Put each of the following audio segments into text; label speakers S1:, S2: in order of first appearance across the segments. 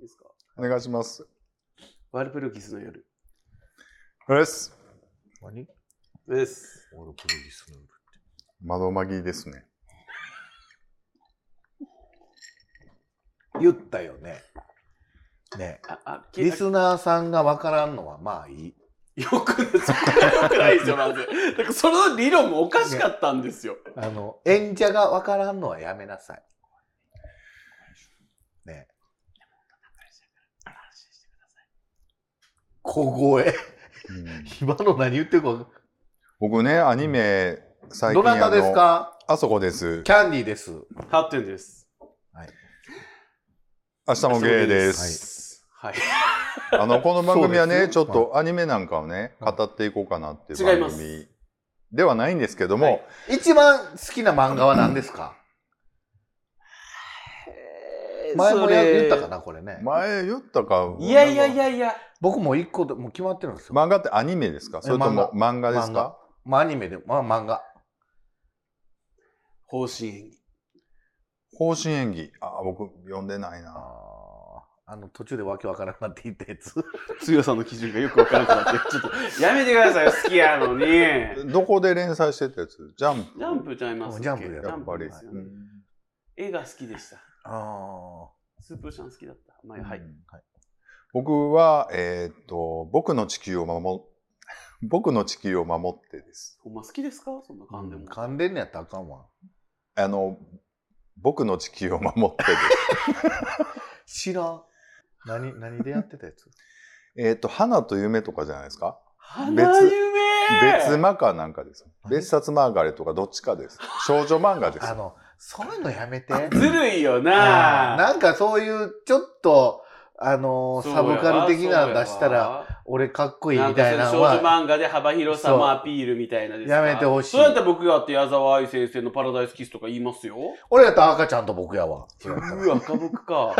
S1: いですか
S2: お願いします。
S1: ワルプルギスの夜
S2: です。
S3: 何
S1: です
S3: オールプロディスの夜って。
S2: 窓まぎですね。
S3: 言ったよね。ね
S1: ああき
S3: リスナーさんが分からんのはまあいい。
S1: よくないそこがよくないですよ まずだからその理論もおかしかったんですよ、
S3: あの、演者が分からんのはやめなさい。ね小声。
S2: うん
S3: 今の何言ってるか分か
S2: 僕ね、アニメ、最近
S3: どなたですか
S2: あのあそこです。
S3: キャンディーです。
S1: ハットゥンです
S2: 明日もゲイです。
S1: すはい、
S2: あの、この番組は
S3: そう
S2: ね、
S3: です
S2: ちょっとアニメなんかをね、
S3: はい
S2: 語っていこうかなっていう
S1: 違
S2: 番
S1: います
S2: 組ではないんですけども、
S1: はい
S3: 一番好きな漫画は何ですか 前もや言ったかな、これね。
S2: 前言ったか、
S1: いやいやいやいや
S3: 僕も一個でもう決まってるんですよ。
S2: 漫画ってアニメですかそれとも漫画ですか
S3: 漫画まあアニメで、まあ漫画。
S1: 方針演技
S2: 方針演技。あ、僕、読んでない
S3: あ
S2: な。
S3: ーあの途中でわけわからなくなっていったやつ。
S1: 強さの基準がよくわからなくなってちょっとやめてくださいよ好きや のに
S2: どこで連載してたやつジャンプ
S1: ジャンプちゃいますっけ
S3: ジャンプや
S1: ジ
S2: や
S1: ャ
S2: っ
S1: ン
S2: ぱ
S1: プ
S2: り。
S1: ですよね、
S2: うん
S1: 絵が好きでした
S3: あ
S1: スープーシャン好きだった前、はい
S2: うん僕は、えーっと、僕の地球を守、 僕の地球を守ってです。
S1: ほんま好きですかそんな
S3: あ。
S1: 感でも、
S3: 噛んでんのやったらあかんわ。
S2: あの、僕の地球を守ってで す。
S3: 知らん。何、何でやってたやつ
S2: えーっと、花と夢とかじゃないですか
S1: 花夢
S2: 別マカなんかです。
S3: 何
S2: 別冊マーガレットかどっちか です。少女漫画です。
S3: あの、そういうのやめて。
S1: ずるいよ
S3: あ
S1: な
S3: ーなんかそういう、ちょっと、あの
S1: そう
S3: ー、
S1: や
S3: サ
S1: わ
S3: ブカル的なの出したら、俺かっこいいみたい
S1: んか
S3: なの
S1: その少
S3: は、
S1: 女漫画で幅広さもアピールみたいなですか
S3: やめてほしい
S1: そうやったら僕があって矢沢愛先生のパラダイスキスとか言いますよ。
S3: 俺やったら赤ちゃんと僕やわ。
S1: うわ、赤僕 か。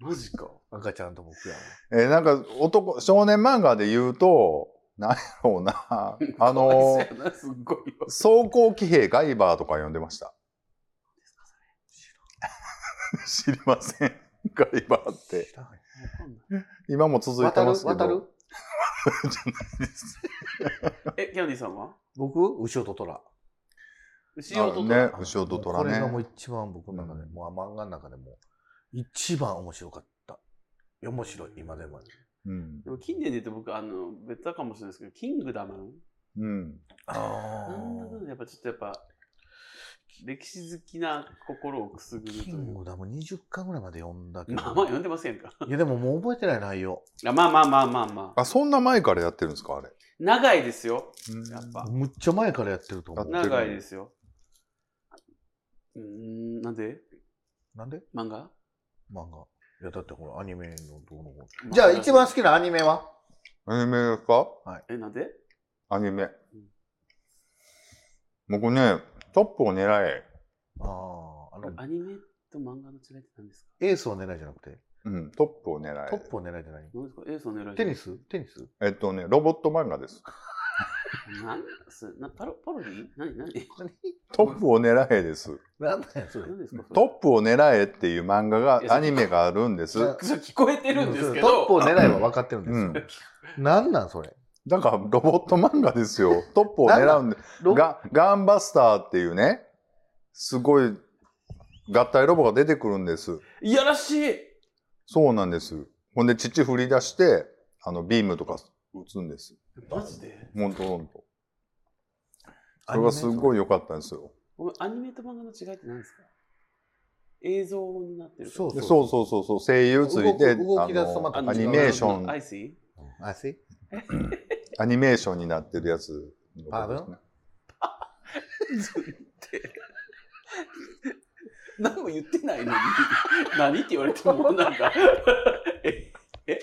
S1: マジか。
S3: 赤ちゃんと僕やわ。
S2: えーなんか男、少年漫画で言うと、なんやろうな。 あの、
S1: そうやなすっごいよ。
S2: 装甲騎兵ガイバーとか読んでました。 知りません。ガイバーって。
S3: 知らんよ
S2: 今も続いて
S3: 渡る
S2: ますけど。
S3: 渡る
S1: え、キャンディーさんは
S3: 僕後ろと虎。
S1: 牛音と、
S2: ね、後ろと虎
S3: これ
S2: ね
S3: が。もう一番僕の中で、
S2: うん
S3: もう漫画の中でも一番面白かった。面白い、今でも。
S2: うん。
S1: でも近年で言うと僕、あの、別だかもしれないですけど、キングダム。
S2: うん。
S3: あ
S1: なんだかんだやっぱちょっとやっぱ、歴史好きな心をくすぐると
S3: キ
S1: い
S3: ン
S1: う
S3: グ。ダム20巻ぐらいまで読んだけど。
S1: まあまあ読んでませんか。
S3: いや、でももう覚えてない内容。
S1: あまあまあまあまあまあ。
S2: あ、そんな前からやってるんですか、あれ。
S1: 長いですよ。
S2: うん
S1: やっぱ
S3: むっちゃ前からやってると思う。
S2: な
S1: 長いですよ。うーん、なんで
S3: なんで
S1: 漫画
S3: 漫画。いや、だってほら、アニメのどうのこうのじゃあ、
S1: 漫画
S3: 一番好きなアニメは
S2: アニメですか
S1: え、なんで
S2: アニメ。僕ね、トップを狙え。
S3: ああ、あの、
S1: アニメと漫画の違いって何ですか
S3: エースを狙いじゃなくて、
S2: うん、トップを狙え。
S3: トップを狙いじゃない。
S1: 何ですかエースの狙い
S3: テニステニス
S2: えっとね、ロボット漫画です。
S1: 何それなパロパロディ何何
S2: トップを狙えです。
S3: なんだよ、それ。
S1: 何ですかそれ
S2: トップを狙えっていう漫画
S1: い
S2: が、
S1: や
S2: アニメがあるんです。
S3: うん
S1: そう聞こえてるんですけ
S3: トップ
S1: ど
S3: を狙えば分かってるんですよ。
S2: うん
S3: なんなんそれ。
S2: だから、ロボット漫画ですよ。トップを狙うんで。
S3: ロ
S2: ガガンバスターっていうね、すごい合体ロボが出てくるんです。
S1: いやらしい
S2: そうなんです。ほんで、父振り出して、あの、ビームとか打つんです。
S1: マジで
S2: ほんとほんと。それがすご
S3: い。
S2: い良かったんですよ。
S1: ごめんアニメと漫画の違いって何ですか映像になってる
S3: そう
S2: でそうそうそうそう、声優ついて、
S3: 動く動き出すとまた
S2: あ
S1: あ
S2: の
S1: の
S2: アニメーショ
S1: あのア
S2: ン、
S1: イスイ
S3: あ、せ
S2: アニメーションになってるやつのことですね。
S3: パーブン
S1: 何も言ってないのに 何って言われてもなんか ええ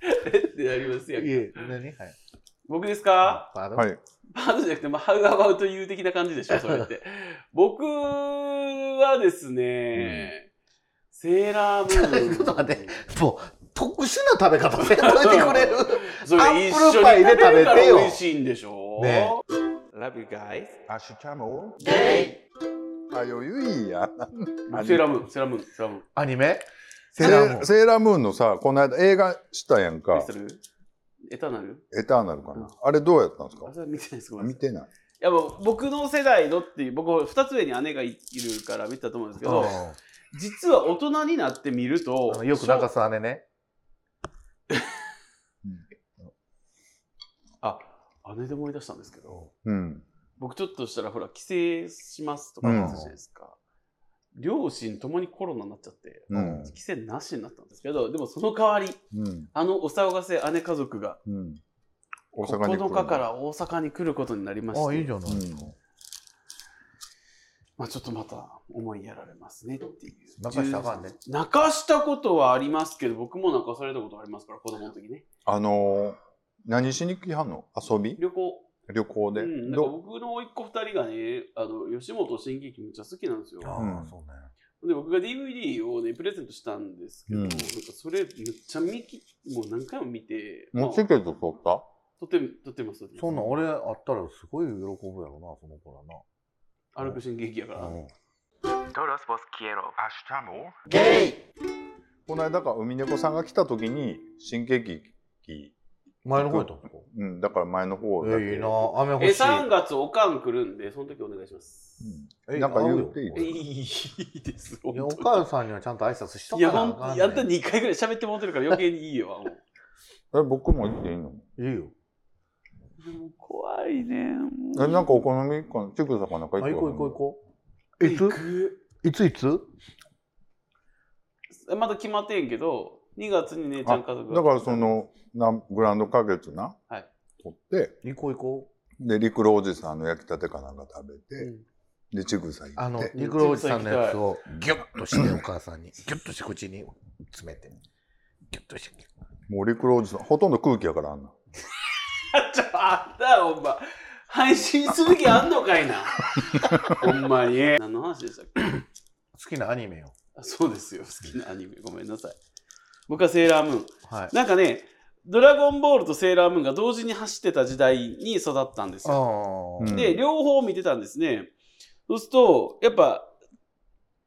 S1: えってなります
S3: い
S1: やん
S3: え、何はい。
S1: 僕ですか
S3: パードン
S2: は。
S3: はい
S1: パートじゃなくて、まあ、ハウアバウト言う的な感じでしょそれって僕はですね、セーラームーン
S3: ちょっと待ってもう、特殊な食べ方せんといてくれる。
S1: そ
S3: ア
S1: れ
S3: ッ
S1: 一
S3: プ
S1: 緒に
S3: ルパイで食べてよ
S1: 食べるから美味しいんでしょ
S3: ね
S1: Love you guys
S2: アシュチャモあ、余裕いいや。
S1: セーラームーンセーラームーンセーラームーン
S3: アニメ
S2: セー
S3: セーラーム
S2: ラ
S3: ーン
S2: セーラームーンのさ、この間映画したやん
S1: クリ
S2: か
S1: スタ、ルエターナル
S2: エターナルか
S1: うん
S2: な。あれどうやったんですか
S1: あそれ見てないですごめんな
S2: 見
S1: さい
S2: てない。
S1: いやもう僕の世代のっていう僕2つ上に姉がいいるから見てたと思うんですけど実は大人になって見ると
S3: あのよく中さ姉ね。
S1: あ姉で思い出したんですけど
S2: うん。
S1: 僕ちょっとしたらほら帰省しますとか話すじゃないですか、両親ともにコロナになっちゃって
S2: うん。
S1: 帰省なしになったんですけどでもその代わり
S2: うん。
S1: あのお騒がせ姉家族が
S2: うん。大阪に来るの
S1: 9日から大阪に来ることになりまして
S3: ああ、いいじゃないですか。
S1: まあ、ちょっとまた思いやられますねっていう
S3: 泣かしたらあかんね
S1: 泣かしたことはありますけど僕も泣かされたことありますから子供の時ね
S2: あのー、何しに来はんの遊び
S1: 旅行
S2: 旅行で。
S1: うん、なんか
S2: ど
S1: 僕の甥っ子2人がねあの吉本新喜劇めっちゃ好きなんですよ
S3: ああ、
S2: うん
S3: そうね。
S1: で僕が DVD をねプレゼントしたんですけど、
S2: うん
S1: なんかそれめっちゃ見きもう何回も見て
S2: もうチケット取った
S1: 撮って撮ってます撮ってます
S3: そんなん俺あったらすごい喜ぶやろな、その子らな。
S1: 歩く新喜劇やから、
S3: うん
S1: ゲイ
S2: この間だから海猫さんが来た時に新喜劇、
S3: 前の方やったんですか
S2: うん、だから前の方だけ
S3: えいいな、雨
S1: え
S3: 欲しい。
S1: 3月おかん来るんでその時お願いします、
S2: う
S3: え
S2: ん、なんか言ってい
S3: 合う
S1: え
S3: よ
S2: い
S1: いいです
S3: いやお母さんにはちゃんと挨拶しと
S1: い
S3: か
S1: や、
S3: な
S1: ほ
S3: あ
S1: ん
S3: かんね
S1: やった2回ぐらい喋ってもってるから余計にいいよ。もう
S2: え僕も行っていいの
S3: いいよ。
S1: もう 怖いね。
S2: えなんかお好みかなチクさんかなんか
S3: あ、行
S2: 行
S3: こ
S2: く
S3: う行こ
S2: こ
S3: う行こう。い
S1: 行
S3: つ
S1: く
S3: いついつ
S1: まだ決まってんけど、2月に姉ちゃん家族
S2: だからそ、 のなんグランド花月な、
S1: はい
S2: 取って
S3: 行こう行こ
S2: で陸路おじさんの焼きたてかなんか食べて、
S1: うん
S2: でチクさん
S3: う。あ
S2: 行っ
S3: の
S2: て、
S3: 肉おじさんのやつをギュッとして、お母さんに。ギュッとして口に詰めて。ギュッとして。
S2: もう陸路おじさんほとんど空気やからあんな
S1: あちょ、あったよ、ほんま。配信する気あんのかい な。ほんまに。何の話でしたっけ
S3: 好きなアニメよ。
S1: あそうですよ、好きなアニメ。ごめんなさい。僕はセーラームーン。
S3: はい。
S1: なんかね、ドラゴンボールとセーラームーンが同時に走ってた時代に育ったんですよ。
S3: あ
S2: うん
S3: あ。
S1: で、両方見てたんですね。そうすると、やっぱ、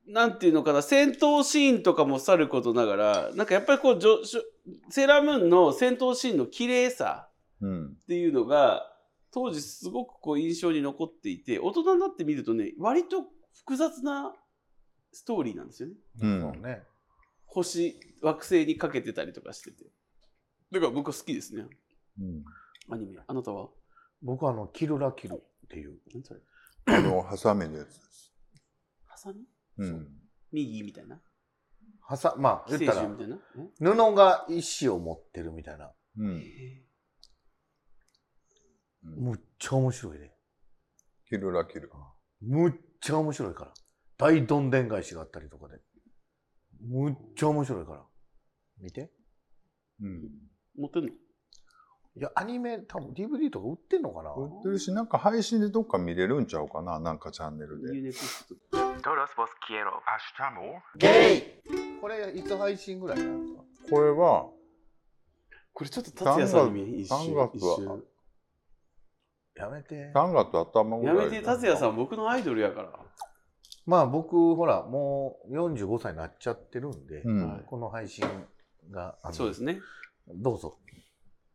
S1: なんていうのかな、戦闘シーンとかもさることながら、なんかやっぱりこう、じょしょセーラームーンの戦闘シーンの綺麗さ
S2: うん
S1: っていうのが、当時すごくこう印象に残っていて、大人になってみるとね、割と複雑なストーリーなんですよね。
S2: うん
S3: そうね。
S1: 星、惑星にかけてたりとかしてて。だから僕は好きですね、
S2: うん
S1: アニメ。あなたは
S3: 僕はあの、キルラキルっていう。
S1: 何それ
S2: あのハサミのやつです、
S1: ハサミ
S2: うん、
S1: 右みたいな
S3: はさ、まあ、言
S1: 寄
S3: っ
S1: 生獣
S3: たら
S1: み、たいなえ
S3: 布が石を持ってるみたいな。
S2: うんうん、
S3: むっちゃ面白いね。
S2: キルラキル
S3: むっちゃ面白いから。大どんでん返しがあったりとかで。むっちゃ面白いから。見て。
S2: うん
S1: 持ってんの
S3: いや、アニメ、多分 DVD とか売ってんのかな
S2: 売ってるしなんか配信でどっか見れるんちゃうかななんかチャンネルで
S1: ユネクスト
S3: ゲイこれ、いつ配信ぐらいなんですか
S2: これは
S1: これちょっと達也さんに見え一
S2: 三
S1: 瞬
S2: 月
S1: 一瞬
S3: やめて。
S2: 3月頭ぐら
S1: や
S2: い
S1: めて達也さん僕のアイドルやから
S3: まあ、僕、ほら、もう45歳になっちゃってるんで、
S2: うん
S1: はい
S3: この配信が、あの
S1: そうですね
S3: どうぞ。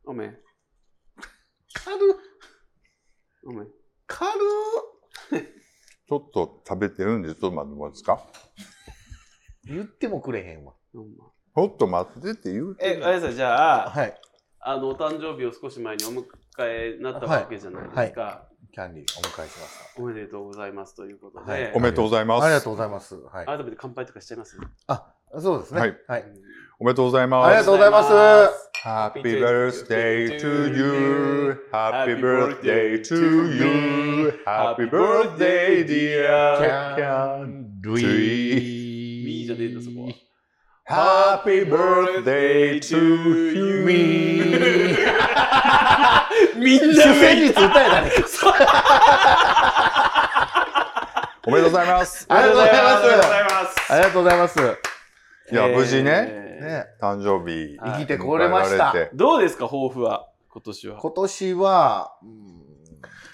S1: おめ
S3: 軽っ
S1: おめ
S3: 軽っ
S2: ちょっと食べてるんでちょっと待ってもらっていいですか
S3: 言ってもくれへんわ。
S1: ほんま
S2: ちょっと待ってって言うて
S1: えあやさんじゃあ
S3: はい。
S1: あのお誕生日を少し前にお迎えになったわけじゃないですか、
S3: キャンディー、お迎えしまし
S1: おめでとうございますということで、
S3: はい
S2: おめでとうございます
S3: た。ありがとうございます。はい。
S1: 改めて乾杯とかしちゃいます、
S3: あ、そうですね。
S2: は
S3: はいい。
S2: おめでとうございます
S3: ありがとうございます
S2: Happy birthday to you Happy birthday to you Happy birthday dear Candy
S1: いいじゃねえんだそこは
S2: Happy birthday to you
S3: Me
S1: みん
S3: 主
S1: な
S3: 旋
S1: 上
S3: 律
S1: に
S3: 歌えたね。
S2: おめでとうございます
S3: ありがとうございます
S1: ありがとうございます
S3: ありがとうございます。ね、
S2: いや
S1: えー
S2: 無事ね誕生日
S1: はい
S3: 生きてこれました
S2: 迎え。られて
S1: どうですか抱負は今年は
S3: 今年は、うん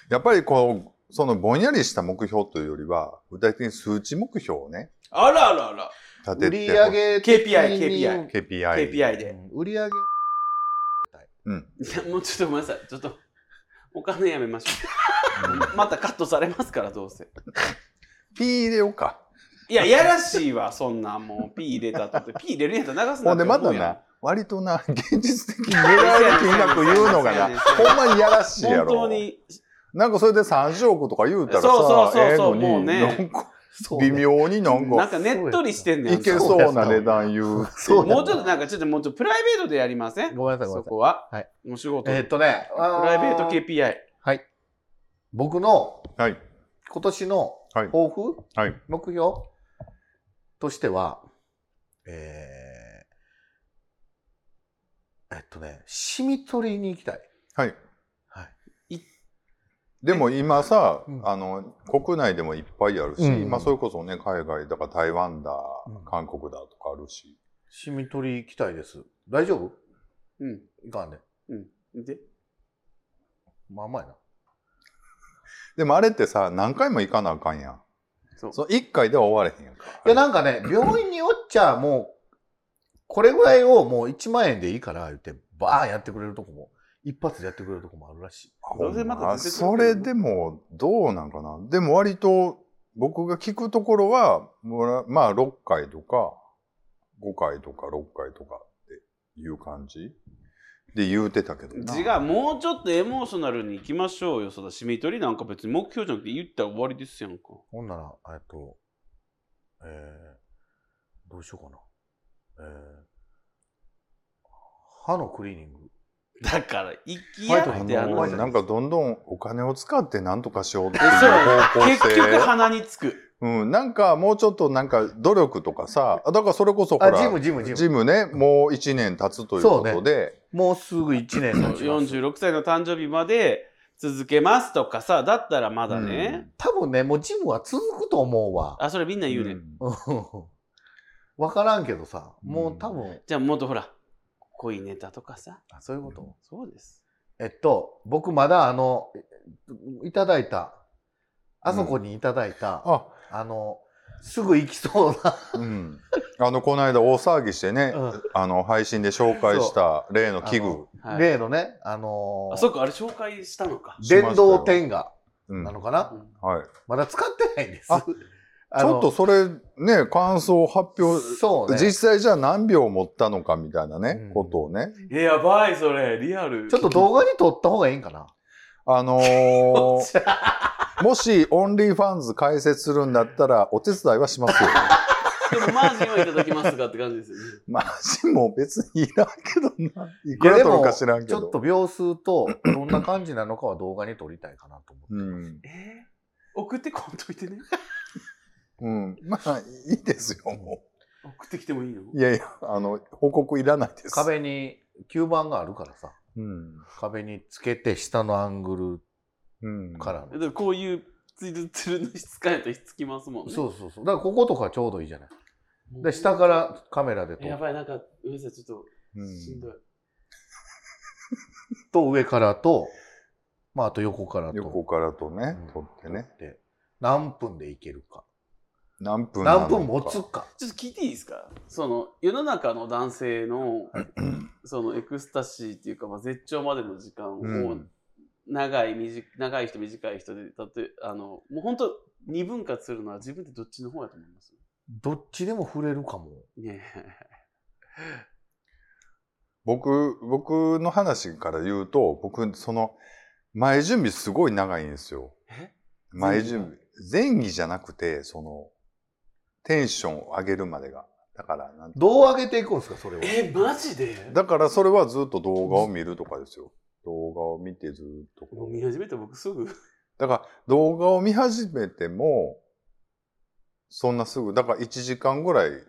S2: やっぱりこうそのぼんやりした目標というよりは具体的に数値目標をね
S1: あらあらあら
S2: 立て
S3: 売
S2: て
S3: り
S2: ほ
S3: 上げ的に
S2: し
S1: KPI KPI
S2: い KPI。
S1: KPI
S3: う
S1: で。
S3: ん売り上げ
S2: うん。
S1: いや、もうちょっとごめんなさい。ちょっと、お金やめましょう。またカットされますから、どうせ。
S2: P 入れようか。
S1: いや、やらしいわ、そんなもう。P 入れたとって。P 入れるんやったら流す
S2: ほ
S1: なんって
S2: でま
S1: 思
S2: た
S1: うやん
S2: な、割とな、現実的に狙える金額言うのがな、ほんまにやらしいやろ。
S1: 本当に。
S2: なんかそれで30億とか言うたらさ、
S1: そうそうそうそう
S2: ええのに
S1: もうね
S2: なんか微妙になん
S1: な
S2: か
S1: んかねっとりしてんねん。
S2: いけそうな値段言うってい
S3: そううや
S1: もうちょっとなんか、ちょっともうちょっとプライベートでやりません
S3: ごめんなさいご
S1: そ
S3: めんなさい
S1: こは。
S3: はい。
S1: もう仕事。
S3: えーっ
S1: プ
S3: とねプ
S1: ライベート KPI。
S3: はい僕の
S2: はい。
S3: 今年の
S2: はい
S3: 抱負、
S2: はい
S3: 目標としては、えーえっとね、しみ取りに行きたい。
S2: はい。
S3: はい
S2: でも今さ、
S3: うん
S2: あの、国内でもいっぱいあるし、
S3: うん
S2: まあそれこそね、海外だから台湾だ、
S3: うん
S2: 韓国だとかあるし。
S3: しみ取り行きたいです。大丈夫
S1: うん。
S3: いかんね。
S1: で、
S3: まあまあやな。
S2: でもあれってさ、何回も行かなあかんやん。
S1: そう
S2: その1回では終われへんやんか。
S3: いや、なんか ね、病院におっちゃ、もう、これぐらいをもう1万円でいいから、言って、バーンやってくれるとこも、一発でやってくれるとこもあるらしい。
S2: あ
S1: どうせまた
S2: ほん
S1: 出てくる
S2: それでもどうなんかなでも割と僕が聞くところはもらまあ6回とか5回とか6回とかっていう感じで言うてたけどな
S1: 違う、もうちょっとエモーショナルに行きましょうよ。そだ、締め取りなんか別に目標じゃなくて言ったら終わりですやんか。
S3: ほんなら、えっと、えー、どうしようかな。えー、歯のクリーニング。
S1: だから、行き
S3: ファイ
S1: や
S2: あ
S1: っ
S3: ト
S1: てあ
S2: の
S1: の
S3: ファイト
S2: なんかどんどんお金を使って何とかしようっていう
S1: えそう
S2: 方向
S1: 結局
S2: 性
S1: 鼻につく。
S2: うんなんかもうちょっとなんか努力とかさだからそれこそほ
S3: あ、
S2: ら
S3: ジム、ジム、ジム。
S2: ジムねもう1年経つということで
S3: もうすぐ1年経ちます
S1: 46歳の誕生日まで続けますとかさ、だったらまだね。
S3: 多分ね、もうジムは続くと思 うわ。
S1: あ、それみんな言うね。
S2: ん
S3: うんわからんけどさ、もう多分、
S1: じゃあもっとほら、恋ネタとかさ。
S3: あそういうこと
S1: そうです。
S3: えっと、僕まだあの、いただいた、あそこにいただいた、
S2: あ
S3: あの、すぐ行きそうな、
S2: うん、あのこの間大騒ぎしてね、
S3: うん
S2: あの配信で紹介した例の器具、
S3: あの
S1: はい
S3: 例のね、あのー
S1: あ、そっか、あれ紹介したのか。
S3: 電動天下
S2: うん
S3: な
S2: はい、
S3: のかな、
S1: うん
S3: まだ使ってないんです。
S2: あ
S3: あ
S2: ち
S3: の
S2: ょっとそれね感想を発表、
S3: そうね。
S2: 実際じゃあ何秒持ったのかみたいなね、
S3: うん
S2: ことをね
S1: え、やばい、それ、リアル。
S3: ちょっと動画に撮った方がいいんかな。
S2: あの ー、もしオンリーファンズ開設するんだったらお手伝いはし ますよ
S1: でもマージンはいただきますかって感じですよね。
S2: マジも別にいらんけどない
S3: い
S2: くら
S3: で
S2: と
S3: も
S2: か知らんけ
S3: ち
S2: ど
S3: ょっと秒数とどんな感じなのかは動画に撮りたいかなと思って。
S2: うん、
S1: えー送ってこんといてね。
S2: うん、まあいいですよも
S1: 送ってきてもいいの
S2: ういやいやあの報告いらないです
S3: 壁に吸盤があるからさ、
S2: うん
S3: 壁につけて下のアング
S2: うん
S3: ルからの。
S1: だからこういうつるつるの質感やとひっつきますもんね。
S3: そうそうそう。だからこことかちょうどいいじゃない。
S1: う
S3: で、下からカメラで撮
S1: や
S3: る
S1: ばい、なんか、うるさい、ちょっ
S2: う
S1: と、
S2: ん
S1: しんどい。
S3: と上からと、まああと横からと。
S2: 横からとね
S3: うん、
S2: 撮ってね。
S3: で何分でいけるか。
S2: 何分なの
S3: 何
S2: か
S3: 分持つか。
S1: ちょっと聞いていいですかその、世の中の男性の、その、エクスタシーっていうか、まあ、絶頂までの時間を、
S2: うん
S1: 長い、短い長い人、短い人で、だって、あの、もう本当二分割するのは自分ってどっちの方やと思います
S3: どっちでも触れるかも。
S1: ね
S2: 僕、僕の話から言うと、僕、その、前準備すごい長いんですよ。
S1: え
S2: 前準備。前儀じゃなくて、その、テンションを上げるまでが。だから、なんて
S3: どう上げていくんですか、それを。
S1: え。え、マジで
S2: だからそれはずっと動画を見るとかですよ。動画を見てずっとこ
S1: もう見
S2: う。
S1: 始めたら僕すぐ。
S2: だから、動画を見始めても、そんなすぐ、だから1時間ぐらいずっ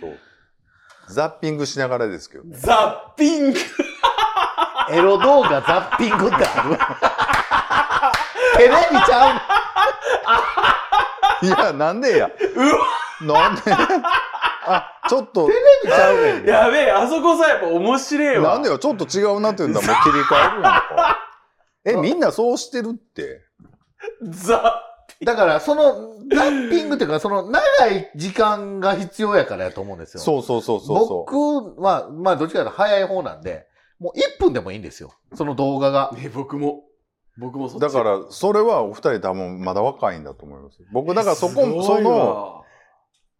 S2: と、ザッピングしながらですけどね。
S1: ザッピング
S3: エロ動画ザッピングってある テレビちゃうの
S2: いや、なんでや。
S1: う
S2: な
S1: わ
S2: んであ、ちょっと、
S3: テレビちゃうねんね
S1: やべえ、あそこさ、やっぱ面白いわ。
S2: なんでよ、ちょっと違うなって言うんだもう切り替えるやんか。え、みんなそうしてるって。
S1: ザッ
S3: だから、その、ラッピングっていうか、その、長い時間が必要やからやと思うんですよ。
S2: そうそうそうそうそう。
S3: 僕は、まあ、どっちかというと早い方なんで、もう1分でもいいんですよ。その動画が。
S1: ね、僕も。僕もそっち
S2: だから、それはお二人多分まだ若いんだと思います。僕、だからそこ、
S1: えすごいわ
S2: その、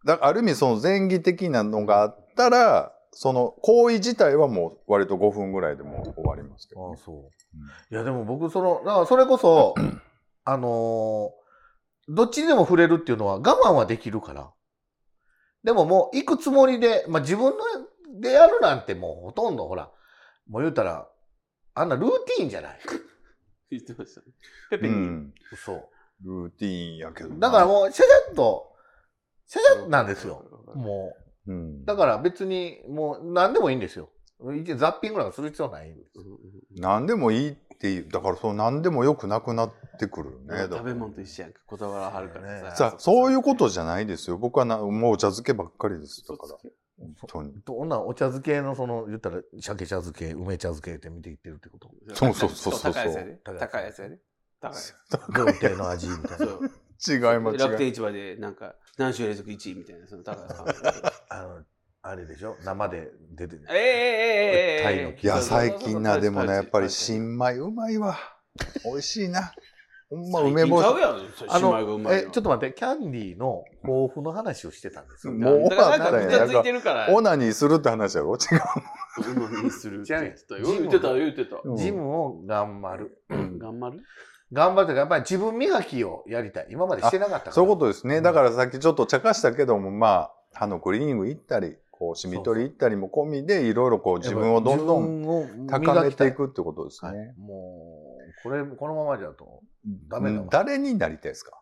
S2: だある意味その前儀的なのがあったら、その行為自体はもう割と5分ぐらいでもう終わりますけど、
S3: ああ、
S2: ね。
S3: そう。いや、でも僕、その、だからそれこ そ、あのーどっちにでも触れるっていうのは我慢はできるから。でももう、行くつもりで、まあ自分のでやるなんてもうほとんどほら、もう言うたら、あんなルーティーンじゃない。
S1: 言ってましたね。ペ
S2: う
S1: ペに。
S2: ん。
S3: そう。
S2: ルーティーンやけどな。
S3: だからもう、シャシャッと、シャシャッとなんですよ。もう。
S2: う、ん、
S3: だから別に、もう何でもいいんですよ。一応ザッピングなんかする必要ないんです
S1: うんうんうん
S2: 何でもいいっていう、だからその何でもよくなくなってくるよね。だから
S1: 食べ物と一緒やんか、こだわらはるから
S3: ね
S1: さ。
S2: さあそういうことじゃないですよ。僕はなもうお茶漬けばっかりです。だから、本当に。
S3: どんなお茶漬けのその、言ったら、鮭茶漬け、梅茶漬けって見ていってるってこと。
S2: そうそうそうそう
S1: 高いやつやで。
S3: 高
S1: 高
S3: い
S1: い
S3: や
S1: や
S3: つ
S1: つやで。高いやつ。
S3: 料亭の味みたい
S1: そ
S3: な。
S2: 違
S1: う。
S2: います、
S1: 楽
S2: 違
S1: 天
S2: い
S1: 市場で、なんか、何週連続1位みたいな、その高いやつ。
S3: あの、あれでしょ生で出てる
S1: えええ。えええ
S3: タイの
S1: ええ
S2: いや、最近な、でもね、やっぱり
S1: 新
S2: 新米うまいわ。美味しいな。ほんま梅干し。
S1: やん、新
S3: あ
S1: 米がう
S3: の、
S1: まい
S3: え
S1: の。、
S3: ちょっと待って、キャンディーの抱負の話をしてたんですよ。
S2: もう終わ
S1: だ
S2: っ
S1: から
S2: た
S1: なん
S2: ん
S1: か、
S2: や。なん
S1: ぐちゃつ
S2: か
S1: いてるから、
S2: オナニーするって話やろ違う。
S1: 今にするって
S3: 違う
S1: 言
S3: よ
S1: ってたよ。言ってた、言ってた。
S2: うん
S3: ジムを頑張る。
S1: 頑張る
S3: 頑張るというか、やっぱり自分磨きをやりたい。今までしてなかったから。
S2: そういうことですね。だからさっきちょっと茶化したけども、まあ、歯のクリーニング行ったり、こう、しみ取り行ったりも込みで、いろいろこう、自分をどんどん
S3: ん
S2: 高めていくってことです
S3: はい
S2: ね。
S3: もう、これ、このままじゃと、ダメだわ
S2: うん誰になりたいですか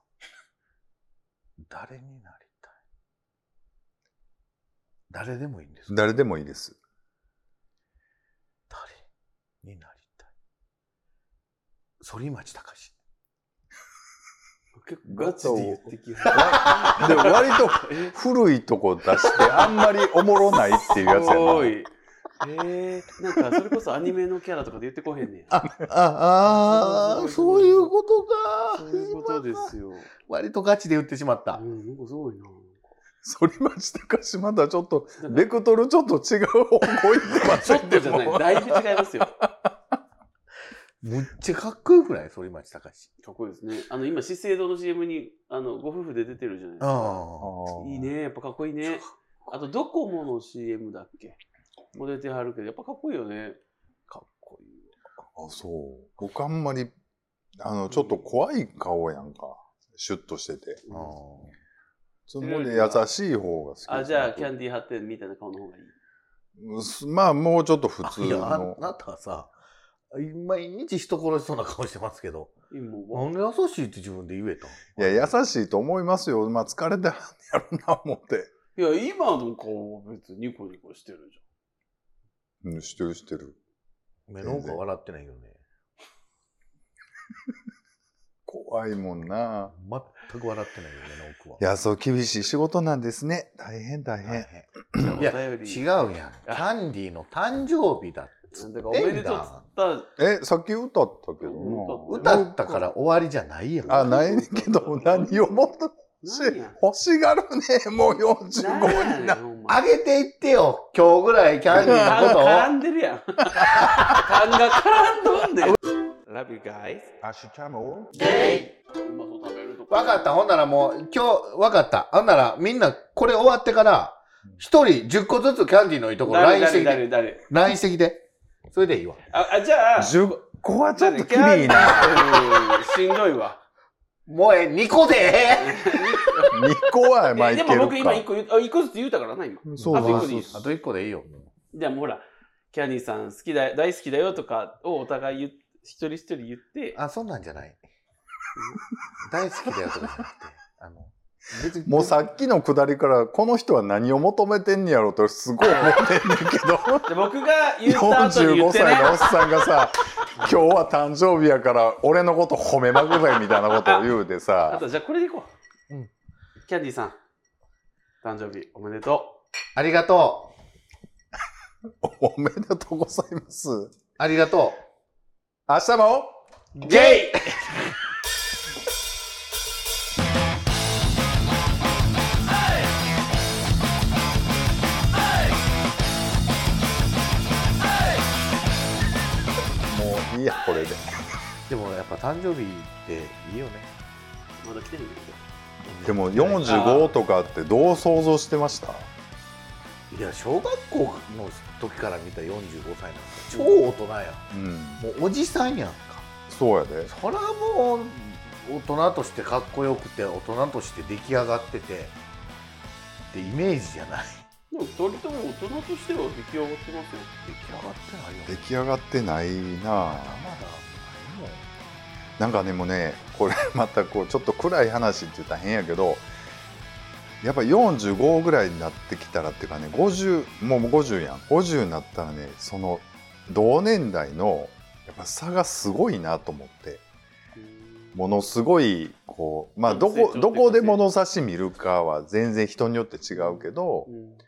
S3: 誰になりたい誰でもいいんですか
S2: 誰でもいいです。
S3: 誰になりたい反町隆史。
S1: 結構ガチで言ってきよ
S2: で、割 と古いとこ出して、あんまりおもろないっていうやつ や
S1: お
S2: な。
S1: い。えー、なんかそれこそアニメのキャラとかで言ってこへんねん。
S3: あ
S1: ーそういうことそういうことですよ。
S3: 割とガチで言ってしまっ
S1: う
S3: た。
S1: ん、なんかすごいな。
S2: 反町隆史まだちょっと、ベクトルちょっと違う方向行ってま
S1: ち
S2: す
S1: ょっとじゃない、だいぶ違いますよ。か
S3: むっちゃかっこよくない反町隆史。
S1: っこいいですね。あの今資生堂の CM にあのご夫婦で出てるじゃないですか。いい。ね、やっぱかっこいいね。あとドコモの CM だっけ。も出てはるけど、やっぱかっこいいよね。
S3: かっこいい。
S2: あ、そう。僕あんまり、あの、ちょっと怖い顔やんか。シュッとしてて。
S3: あ
S2: そので優しい方が好き。
S1: あ、じゃあキャンディー発展みたいな顔の方がいい。
S2: うんまあ、もうちょっと普
S3: あ
S2: 通
S3: いや、あ
S2: の。
S3: なたはさ、毎日人殺しそうな顔してますけど、
S1: 今
S3: な
S1: も
S3: んで優しいって自分で言えた
S2: いや、優しいと思いますよ。まあ、疲れてはんねやろな、思って。
S1: ういや、今の顔別にニコニコしてるじ
S2: うん、してるしてる。
S3: 目の方が笑ってないよね。
S2: 怖いもんな。
S3: 全く笑ってないよ、目の奥は。
S2: いや、そう、厳しい仕事なんですね。大変大変。
S3: 大
S1: ゃん。
S3: いや
S1: お便り
S3: 変、違うやん。キャンディーの誕生日だっ
S1: なんだかおめでとうっつった。
S2: え、さっき歌ったけど
S1: うん
S3: 歌ったから終わりじゃないやん。
S2: な。あ、ないけど、何をもっと
S1: 何や
S2: 欲しがるね、もう
S1: 何や
S2: 45
S1: ね
S2: に
S1: ん
S2: な
S1: ほんま
S3: あげていってよ、今日ぐらいキャンディーのことを。
S1: 絡んでるやん。勘が絡んどんねん。Love you guys.
S2: アッシュチャムを
S1: うまそう食べると
S3: わかった、ほんならもう、今日、わかった。ほんなら、みんな、これ終わってから、一人10個ずつキャンディーのいいところ、
S1: 誰
S3: LINE して
S1: 誰
S3: きて。
S1: 誰誰
S3: LINE してきて。それでいいわ。
S1: あ、あじゃあ、
S2: ?10 個はちょっときりいな。
S1: な。うんしんどいわ。
S3: もうええ、2個で
S2: 2個はまあ
S1: え
S2: い
S1: で
S2: け
S1: も
S2: る
S1: 僕今
S2: か
S1: 一。個言う、あ一個ずつ言うたからな、今。
S2: そう
S1: あと一
S2: そ
S1: 個
S2: う
S1: でい
S2: そう
S1: いです
S3: あと1個でいいよ。も
S1: じゃあもうほら、キャニーさん好きだ、大好きだよとかをお互い言っ一人一人言っ
S3: う
S1: て、
S3: あ、そんなんじゃない。大好きだよとかじゃなくて。あの、別に
S2: もうさっきのくだりから、この人は何を求めてんねやろとすごい思ってんねんけど、
S1: で僕が言った後に言
S2: 45
S1: って
S2: 歳
S1: ね
S2: のお。っさんがさ、今日は誕生日やから、俺のこと褒めまくれみたいなことを言うて
S1: あ
S2: さ、
S1: とじゃあこれでいこう。
S3: うん
S1: キャンディーさん、誕生日おめでと
S3: ありがとう。
S2: おめでとうございます。
S3: ありがと
S2: 明日も
S1: う。ゲイ
S3: う。
S2: や、これで。
S3: でもやっぱ誕生日っていいよね。
S1: まだ来てるんだ
S2: でも45とかってどう想像してました
S3: いや、小学校の時から見た45歳なんか超大人や
S2: うん。
S3: ん。もうおじさんやんか。
S2: そうやで。
S3: そらもう大人としてかっこよくて大人として出来上がっててってイメージじゃない
S1: けど。でも二人とも大人としては出来上がってますよ。
S3: 出来上がってないよ
S2: 出来上がってないな
S3: まだ
S2: ぁ
S3: まだも
S2: なんかでもねこれ またこうちょっと暗い話って言ったら変やけどやっぱ45ぐらいになってきたらっていうかね50もう50やん50になったらねその同年代のやっぱ差がすごいなと思ってものすごいこうまあど
S1: 成
S2: こ
S1: 長っていうか
S2: どこで物差し見るかは全然人によって違うけど
S1: うん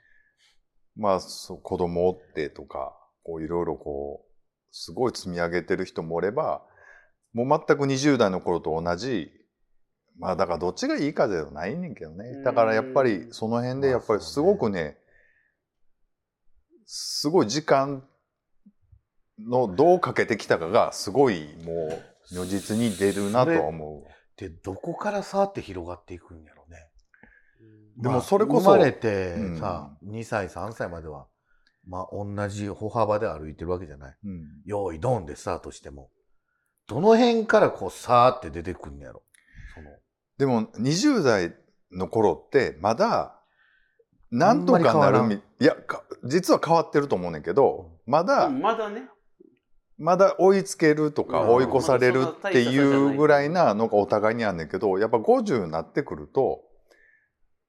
S2: まあそう子供おってとかこういろいろこうすごい積み上げてる人もおればもう全く20代の頃と同じまあだからどっちがいいかではないねんけどねだからやっぱりその辺でやっぱりすごくねすごい時間のどうかけてきたかがすごいもう如実に出るなとは思う
S3: うでどこからさって広がっていくんやろね
S2: でも
S3: まあ
S2: それこそ
S3: 生まれて
S2: うん
S3: さ、2歳3歳まではまあ同じ歩幅で歩いてるわけじゃない
S2: うん
S3: 用意ドンでスタートしてもどの辺からこうさーって出てくんやろその
S2: でも20代の頃ってまだなんとかなる
S3: あんまり変わら
S2: みいやか実は変わってると思うねんけどまだ、
S1: うんまだね。
S2: まだ追いつけるとか
S3: うん
S2: 追い越されるっていうぐらいなのがお互いにあんねんけどやっぱ50になってくると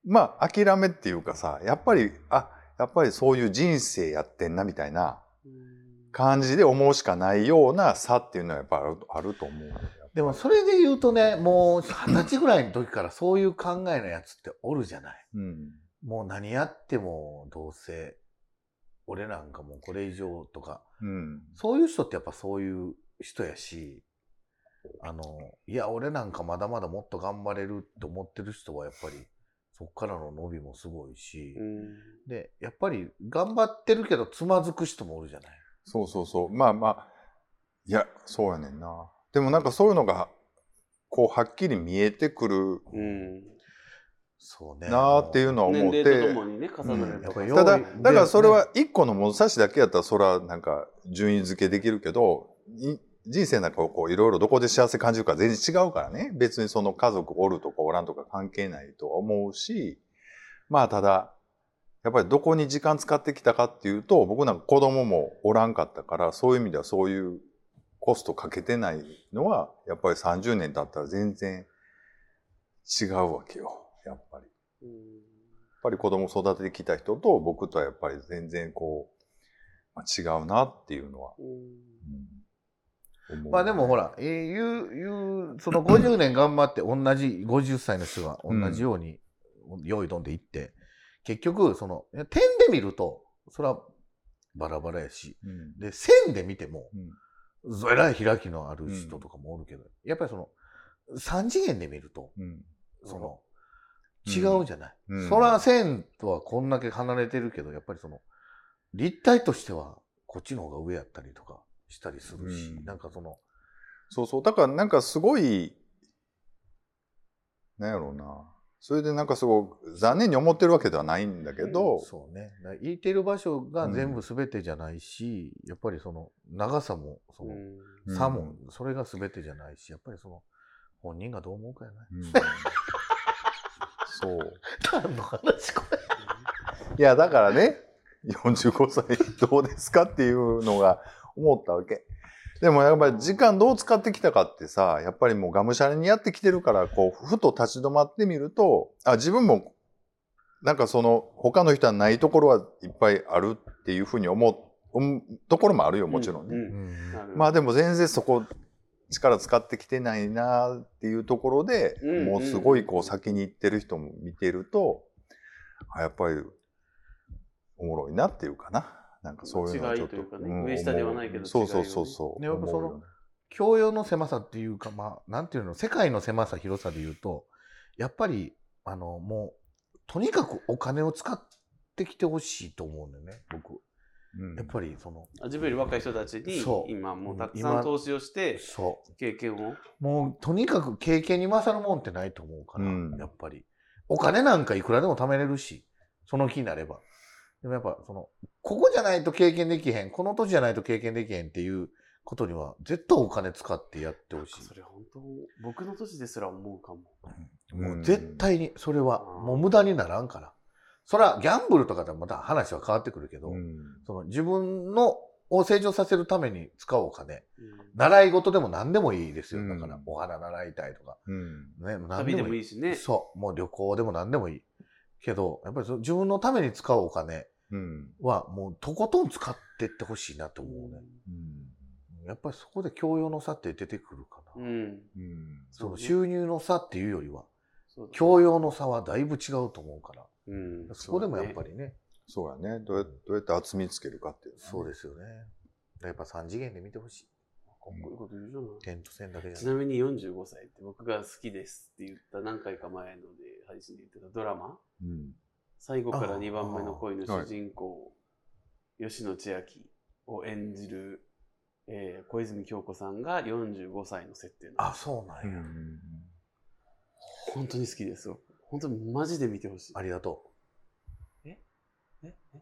S2: まあ諦めっていうかさやっぱりあやっぱりそういう人生やってんなみたいな感じで思うしかないような差っていうのはやっぱあるあると思う。
S3: でもそれで言うとね、もう二十歳ぐらいの時からそういう考えのやつっておるじゃない。
S2: うん
S3: もう何やってもどうせ、俺なんかもうこれ以上とか、
S2: うん
S3: そういう人ってやっぱそういう人やし、あの、いや、俺なんかまだまだもっと頑張れるって思ってる人はやっぱり、そっからの伸びもすごいし、
S1: うん
S3: で、やっぱり頑張ってるけどつまずく人もおるじゃない。
S2: そうそうそう。まあまあ、いや、そうやねんな。でもなんかそういうのが、こう、はっきり見えてくる
S1: うん。
S3: そうね。
S2: なーってい
S3: も
S2: うのは
S1: 年
S2: 思っ
S1: 齢
S2: て、
S1: とともにね、重
S2: う
S1: なんると
S3: やっぱり
S1: か。
S2: ただ、
S3: 用意
S2: だからそれは一個の物差しだけやったら、それはなんか順位付けできるけど、い人生なんかをこう、いろいろどこで幸せ感じるか全然違うからね。別にその家族おるとかおらんとか関係ないとは思うし、まあただ、やっぱりどこに時間使ってきたかっていうと、僕なんか子供もおらんかったから、そういう意味ではそういうコストかけてないのは、やっぱり30年経ったら全然違うわけよ。やっぱり。
S1: うん
S2: やっぱり子供を育ててきた人と僕とはやっぱり全然こう、まあ、違うなっていうのは、
S1: うん
S2: うん思う
S3: まあでもほら、えー言う、言う、その50年頑張って同じ、50歳の人が同じように、用意どんでいって、結局、その、点で見ると、それはバラバラやし、
S2: うん
S3: で、線で見ても、えらい開きのある人とかもおるけど、やっぱりその、3次元で見ると、
S2: うん
S3: その、
S2: うん
S3: 違うじゃない。
S2: うん
S3: そら線とはこんだけ離れてるけど、やっぱりその、立体としては、こっちの方が上やったりとかしたりするし、
S2: うん
S3: なんかその、
S2: そうそうだからなんかすごいなんやろうなそれでなんかすごい残念に思ってるわけではないんだけど、
S3: そうね。だから言ってる場所が全部全てじゃないし、やっぱりその長さも、その
S2: うん。
S3: 差も、それが全てじゃないし、やっぱりその、本人がどう思うかやな
S2: うんそう
S3: 何の話これ。
S2: いやだからね45歳どうですかっていうのが思ったわけでもやっぱり時間どう使ってきたかってさやっぱりもうがむしゃらにやってきてるからこうふと立ち止まってみるとあ自分もなんかその他の人はないところはいっぱいあるっていうふうに思ううんところもあるよもちろんね、
S1: う
S3: うん。
S1: ん
S2: まあでも全然そこ力使ってきてないなっていうところで、
S1: うん
S2: もうすごいこう先に行ってる人も見てるとあやっぱりおもろいなっていうかななんかそういうのはちょっと
S1: 違いというかね
S2: ん
S1: 上下ではないけど
S2: 思うそうそう
S1: 違いをね
S2: そうそう
S3: ねやっぱその
S2: 思うよね
S3: 教養の狭さっていうか、まあ、なんていうの、世界の狭さ、広さで言うと、やっぱり、あの、もう、とにかくお金を使ってきてほしいと思うんだよね、僕。
S2: うん
S3: やっぱりその
S1: 自分より若い人たちに
S3: そう
S1: 今もうたく
S3: うん
S1: さ
S3: 今
S1: ん投資をして
S3: そ
S1: 経験を
S3: うもうとにかく経験に勝るもんってないと思うから、
S2: うん
S3: やっぱりお金なんかいくらでも貯めれるしその気になればでもやっぱそのここじゃないと経験できへんこの年じゃないと経験できへんっていうことには絶対お金使ってやってほしい
S1: それ本当僕の年ですら思うかも
S2: うん
S3: もう絶対にそれはもう無駄にならんからそれはギャンブルとかでもまた話は変わってくるけど、
S2: うん
S3: その自分のを成長させるために使うお金
S1: うん
S3: 習い事でも何でもいいですよ
S2: うん
S3: だから、お花習いたいとか、
S2: うん
S3: ね、何
S1: 旅
S3: で
S1: で
S3: も
S1: も
S3: い
S1: い
S3: い
S1: いしね
S3: そうもう旅行でも何でもいいけどやっぱりその自分のために使うお金
S2: うん
S3: はもうとことん使ってってほしいなと思うね、
S2: うん
S3: やっぱりそこで教養の差って出てくるか
S1: う
S3: な、
S1: ん
S2: うん
S3: その
S1: そうね
S3: 収入の差っていうよりは
S1: そうだね
S3: 教養の差はだいぶ違うと思うから
S1: うん
S3: そこでもやっ
S1: り
S3: ぱりね、
S2: そうやねどうやどうやって厚みつけるかっていうね、
S3: そうですよね。やっぱ3次元で見てほしい。
S1: かっこいいこと言うじゃない
S3: 点と線だけ
S1: ち
S3: じゃ
S1: な
S3: ない。
S1: みに45歳って僕が好きですって言った何回か前ので配信で言ってたドラマ
S2: うん
S1: 最後か
S3: あ
S1: ら
S3: ー
S1: 2番目の恋の
S2: はい
S1: 主人公、吉野千明を演じる、えー小泉京子さんが45歳の設定の
S3: あ、そうな
S2: うん
S3: や。
S2: ん
S1: 本当に好きですよ本当にマジで見てほしい
S3: ありがとう。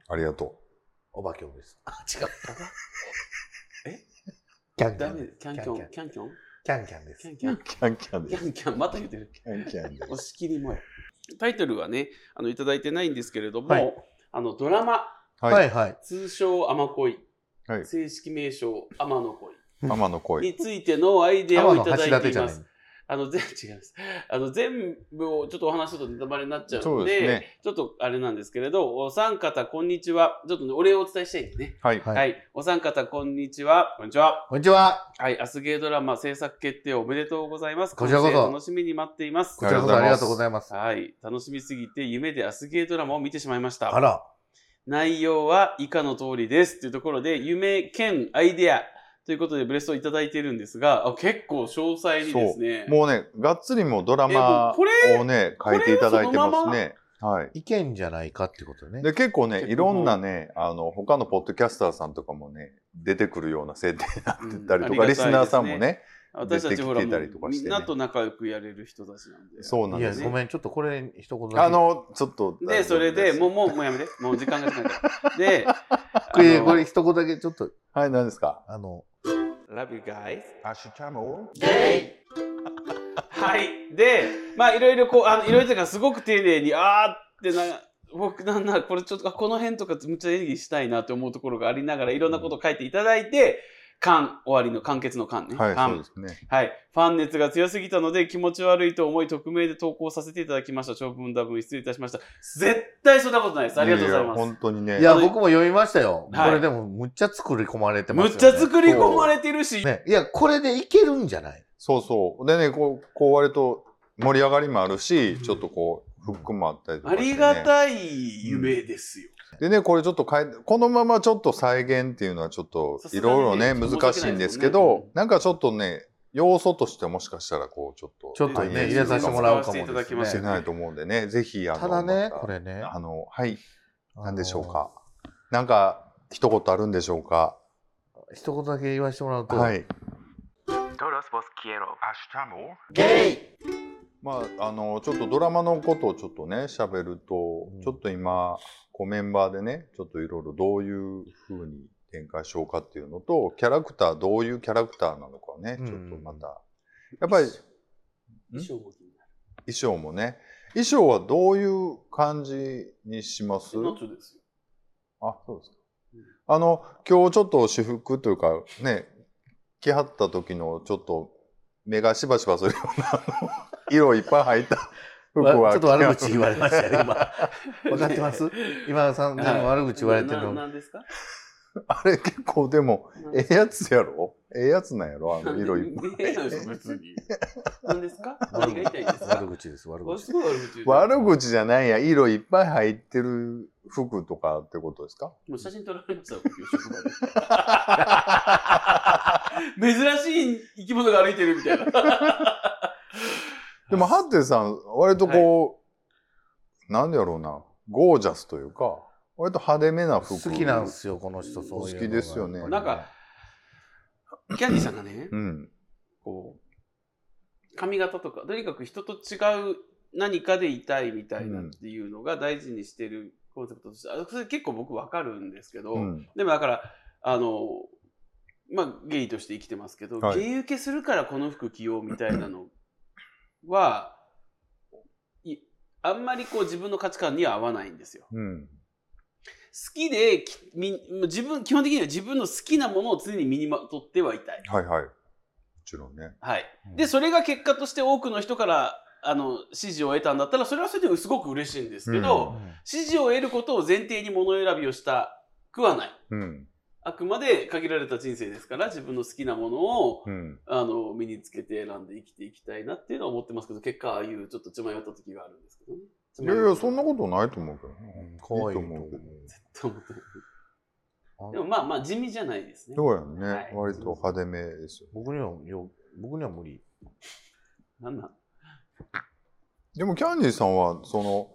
S2: ありがと
S3: お化けおです。あ、違う。
S1: え
S3: キャンキャ
S1: ダ
S3: ン
S1: メ
S3: で。
S1: ですキャンキョンキャンキョン
S3: キャンキャンで
S1: キ
S3: す
S1: ャ。ンキ
S2: う
S1: ョン
S2: キャンキャン
S1: キ
S2: です
S1: ャンキャンまた言ってる
S2: キャンキャンです
S1: 押し切りもやタイトルはねあのいただいてないんですけれども、
S3: はい
S1: あのドラマ
S3: は
S2: はい
S3: いはい。
S1: 通称「アマコイ」
S2: はい
S1: 正式名称「アマの恋」
S2: 天の声
S1: についてのアイデアをいただいていま
S3: い
S1: す。。あの、全、 違います。あの、全部をちょっとお話しするとネタバレになっちゃう
S2: そ
S1: の
S2: うで
S1: で、
S2: すね
S1: ちょっとあれなんですけれど、お三方、こんにちは。ちょっとねお礼をお伝えしたいんでね。
S2: はい
S3: は
S1: はいい、お三方、こんにちは。こんにちは。
S3: こんにちは。
S1: はい。アスゲードラマ制作決定おめでとうございます。
S3: こちらこそ
S1: 完成楽しみに待っています
S3: こ。ちらこそありがとうございます。
S1: はい。楽しみすぎて、夢でアスゲードラマを見てしまいました。
S3: あら。
S1: 内容は以下の通りですというところで、夢兼アイデアということでブレストをいただいているんですが、あ結構詳細にですね。
S2: もうねがっつりもうドラ
S1: えも
S2: マ
S1: うこれ
S2: をね書いていただいてますねはい
S3: 意見じゃないかってことね。
S2: で結構ね
S1: 結構
S2: いろんなねあの他のポッドキャスターさんとかもね出てくるような設定になってたりとか、
S1: うんありがたいで
S2: リ
S1: すね
S2: スナーさんもね
S1: 私たちほら
S2: 出てき
S1: も
S2: てたりと
S1: う
S2: かし
S1: み
S2: てね
S1: んなと仲良くやれる人たちなんで。
S2: そうなん
S3: い
S2: で
S3: や、
S2: す
S3: ごめん、ちょっとこれ一言だけ。
S2: あ、のちょっと
S1: で、それで、もう、
S2: う
S1: もう、もうやめて。もう時間が時 間が。で、
S3: これ、
S1: あの
S3: これ一言だけちょっと、
S2: はい何ですか
S3: あの、
S1: Love you guys.
S2: アッシュチャム
S1: はい。で、まあ、いろいろこう、あの、いろいろというか、すごく丁寧に、あーってな、僕なんなら、これちょっと、あこの辺とか、むっちゃ演技したいなって思うところがありながら、いろんなことを書いていただいて、完、終わりの完結の完ね。
S2: はい
S1: 完
S2: そうですね
S1: はい。ファン熱が強すぎたので気持ち悪いと思い匿名で投稿させていただきました。長文多文失礼いたしました。絶対そんなことないです。ありがとうござい
S2: や
S1: ま
S2: や本
S1: す。
S2: 当にね
S3: いや、
S1: あの
S3: 僕も読みましたよ。こ
S1: はい
S3: れでも、むっちゃ作り込まれてます
S1: む
S3: よ
S1: っ
S3: ね。
S1: ちゃ作り込まれてるし、
S3: ね。いや、これでいけるんじゃない
S2: そうそう。でね、こう、こう割と盛り上がりもあるし、
S1: うん
S2: ちょっとこう、フックもあったりと
S1: あ
S2: かして、ね。
S1: りがたい夢ですよ。
S2: でね、これちょっと変え、このままちょっと再現っていうのはちょっと
S1: さす
S2: い
S1: がにね
S2: ろいろね、
S1: 申し訳な
S2: 難
S1: いです
S2: し
S1: も
S2: い
S1: んね
S2: んですけ
S1: うん
S2: ど、なんかちょっとね、要素としてもしかしたらこう、ちょっと、
S3: ちょっと
S1: は
S3: ね、
S1: い
S2: 反映
S3: 入れさせてもらう
S1: 使
S3: かも
S1: わせていただきま
S2: し
S1: す
S2: れ
S1: よ
S2: ないと思うんでね、ぜひ、あの、
S3: ただね、
S2: ま
S3: これね。
S2: あの、はい、
S3: あの
S2: なんでしょうか。。なんか、一言あるんでしょうか。
S3: 一言だけ言わせてもらうと、
S2: はい。
S3: ゲイ
S2: まあ、あのちょっとドラマのことをちょっとね喋ると、
S3: うん
S2: ちょっと今こうメンバーでねちょっといろいろどういうふうに展開しようかっていうのとキャラクターどういうキャラクターなのかねち
S3: う
S2: ょ
S3: ん
S2: っとまた、やっぱり
S1: 衣装も気になる
S2: 衣装もね衣装はどういう感じにします
S1: ナチョですよ。
S2: あそうですか
S1: うん
S2: あの今日ちょっと私服というかね着はった時のちょっと目がしばしばするようなあの色いっぱい入った服
S3: わ
S2: は
S3: ちょっと悪口言われました ね、今。わかってます今、さんでも悪口言われてる
S1: な
S3: の。
S1: なんですか
S2: あれ結構でも、ええやつやろええやつなんやろあの色いっぱい。
S1: いやいや別 に。何ですか何が痛いんですか
S3: 悪口です、悪
S1: あ
S3: 口。
S1: すごい悪口言う
S2: 悪口じゃないや、色いっぱい入ってる服とかってことですか
S1: もう写真撮られましたよ、職場で。 珍しい生き物が歩いてるみたいな。
S2: でも、ハッテンさん、割とこう、なんでやろうな、ゴージャスというか、割と派手めな服
S3: 好きなんですよこの人そういうのが
S2: 好きですよね
S1: なんかキャンディーさんがね
S2: う、ん
S1: こう、髪型とか、とにかく人と違う何かでいたいみたいなっていうのが大事にしてるコンセプトとして、あそれ結構僕わかるんですけど、
S2: うん
S1: でもだから、あの、まあ、ゲイとして生きてますけど、
S2: はい
S1: ゲイ受けするからこの服着ようみたいなのは、いあんまりこう自分の価値観には合わないんですよ。
S2: うん
S1: 好きで、きみ自分、基本的には自分の好きなものを常に身にまとってはいたい。
S2: はいはいもちろんね
S1: はい。
S3: うん
S1: で、それが結果として多くの人から、あの、支持を得たんだったら、それはそれですごく嬉しいんですけど、支持を得ることを前提に物選びをしたくはない。
S2: うん
S1: あくまで限られた人生ですから、自分の好きなものを、
S2: うん
S1: あの、身につけて選んで生きていきたいなっていうのは思ってますけど、結果、ああいうちょっと血迷った時があるんですけどね。
S2: いやいやそんなことないと思うけどな
S3: うん可愛いと
S2: いいと
S3: 思
S2: 思うけど
S1: と思って
S3: う
S1: でもまあまあ、地味じゃないですね。
S2: そうやんね、
S1: はい
S2: 割と派手めですよ
S3: 僕にはよ僕には無理
S1: なんなん
S2: でもキャンディーさんはその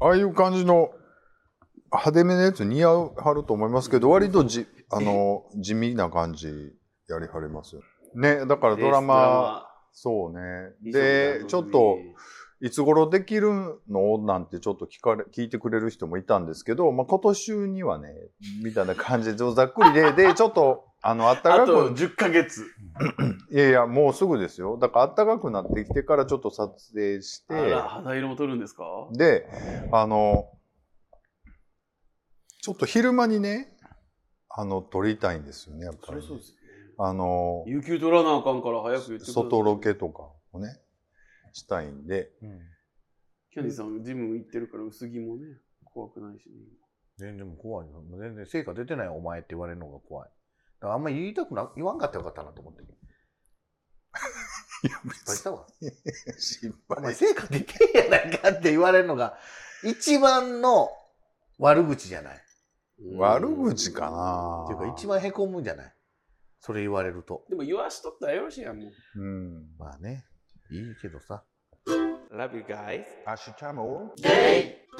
S2: ああいう感じの派手めのやつ似合うはると思いますけど割とじあの地味な感じやりはりますよねだからドラマそうねでちょっと、いつ頃できるのなんてちょっと聞かれ聞いてくれる人もいたんですけど、まあ、今年中にはねみたいな感じでざっくりで でちょっとあのあった
S1: あ
S2: か
S1: と
S2: く
S1: 10ヶ月。
S2: いやいやもうすぐですよだからあったかくなってきてからちょっと撮影し
S1: あ
S2: て
S1: ら、肌色も取るんですか
S2: であのちょっと昼間にねあの撮りたいんですよねやっぱり、
S1: すね。
S2: あの
S1: 有給取らなあかんから早く言ってください。
S2: 外ロケとかをねしたいんで
S1: キャンディさん、ジム行ってるから薄着もね、怖くないしね。
S3: 全然もう怖いよ全然成果出てないお前って言われるのが怖いだからあんまり言いたくな言わんかったらよかったなと思って
S2: いや
S3: 失敗したわ
S2: 心
S3: お前成果出てんやないかって言われるのが一番の悪口じゃないっ
S2: 悪口かな
S3: ていうか一番へこむんじゃないそれ言われると
S1: でも言わしとったらよろしいやん、もう。
S2: うん
S3: まあねいいけどさ
S1: Love you guys.
S2: アシュチャも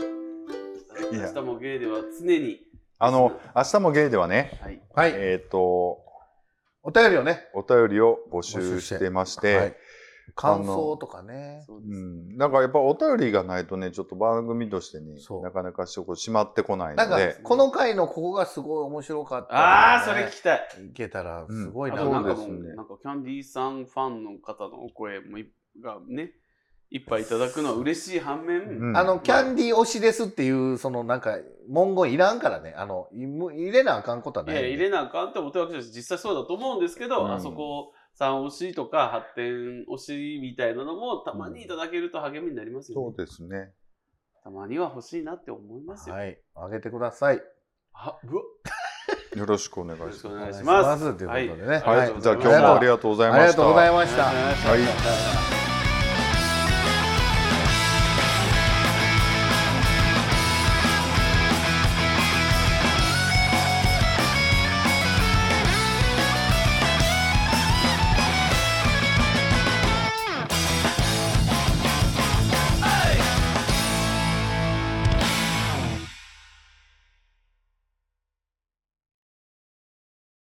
S2: い
S1: 明
S2: や
S1: 日もゲイでは常に。
S2: あの明日もゲイではね
S1: はい。
S3: はい
S2: えっ、と
S3: お便りをね
S2: お便りを募集してまして
S3: はい感想とかね
S1: そう
S2: う
S1: です。
S2: ん、なんかやっぱお便りがないとねちょっと番組としてね
S3: そう
S2: なかなかしこう締まってこない
S3: なん
S2: の
S3: か
S2: で
S3: この回のここがすごい面白かった、
S1: ああ、それ聞きたい。
S3: それいけたらすご
S1: あ
S3: いな、
S1: と
S2: うん
S1: な
S2: そ
S1: ん
S2: うで
S1: かも
S2: す
S1: う、
S2: ね
S1: なんかキャンディさんファンの方のお声もいがね、いっぱいいただくのは嬉しい反面、
S2: うん
S3: あの、キャンディー推しですっていう、そのなんか、文言いらんからね。あの、いむ入れなあかんことはいない。
S1: や入れなあかんって思ってるわけじゃないし実際そうだと思うんですけど、
S2: うん
S1: あそこさん推しとか発展推しみたいなのもたまにいただけると励みになりますよね、
S2: そうですね
S1: たまには欲しいなって思いますよ、
S3: はい。あげてください。
S1: あうわ
S2: よろしくお願い
S1: よろし
S2: し
S1: く
S2: ます
S1: お願いします
S3: お願いしますということでね
S2: は
S3: はいい
S2: じゃあ今日もありがとうございました
S3: ありがとうございました。
S1: ありがとうございました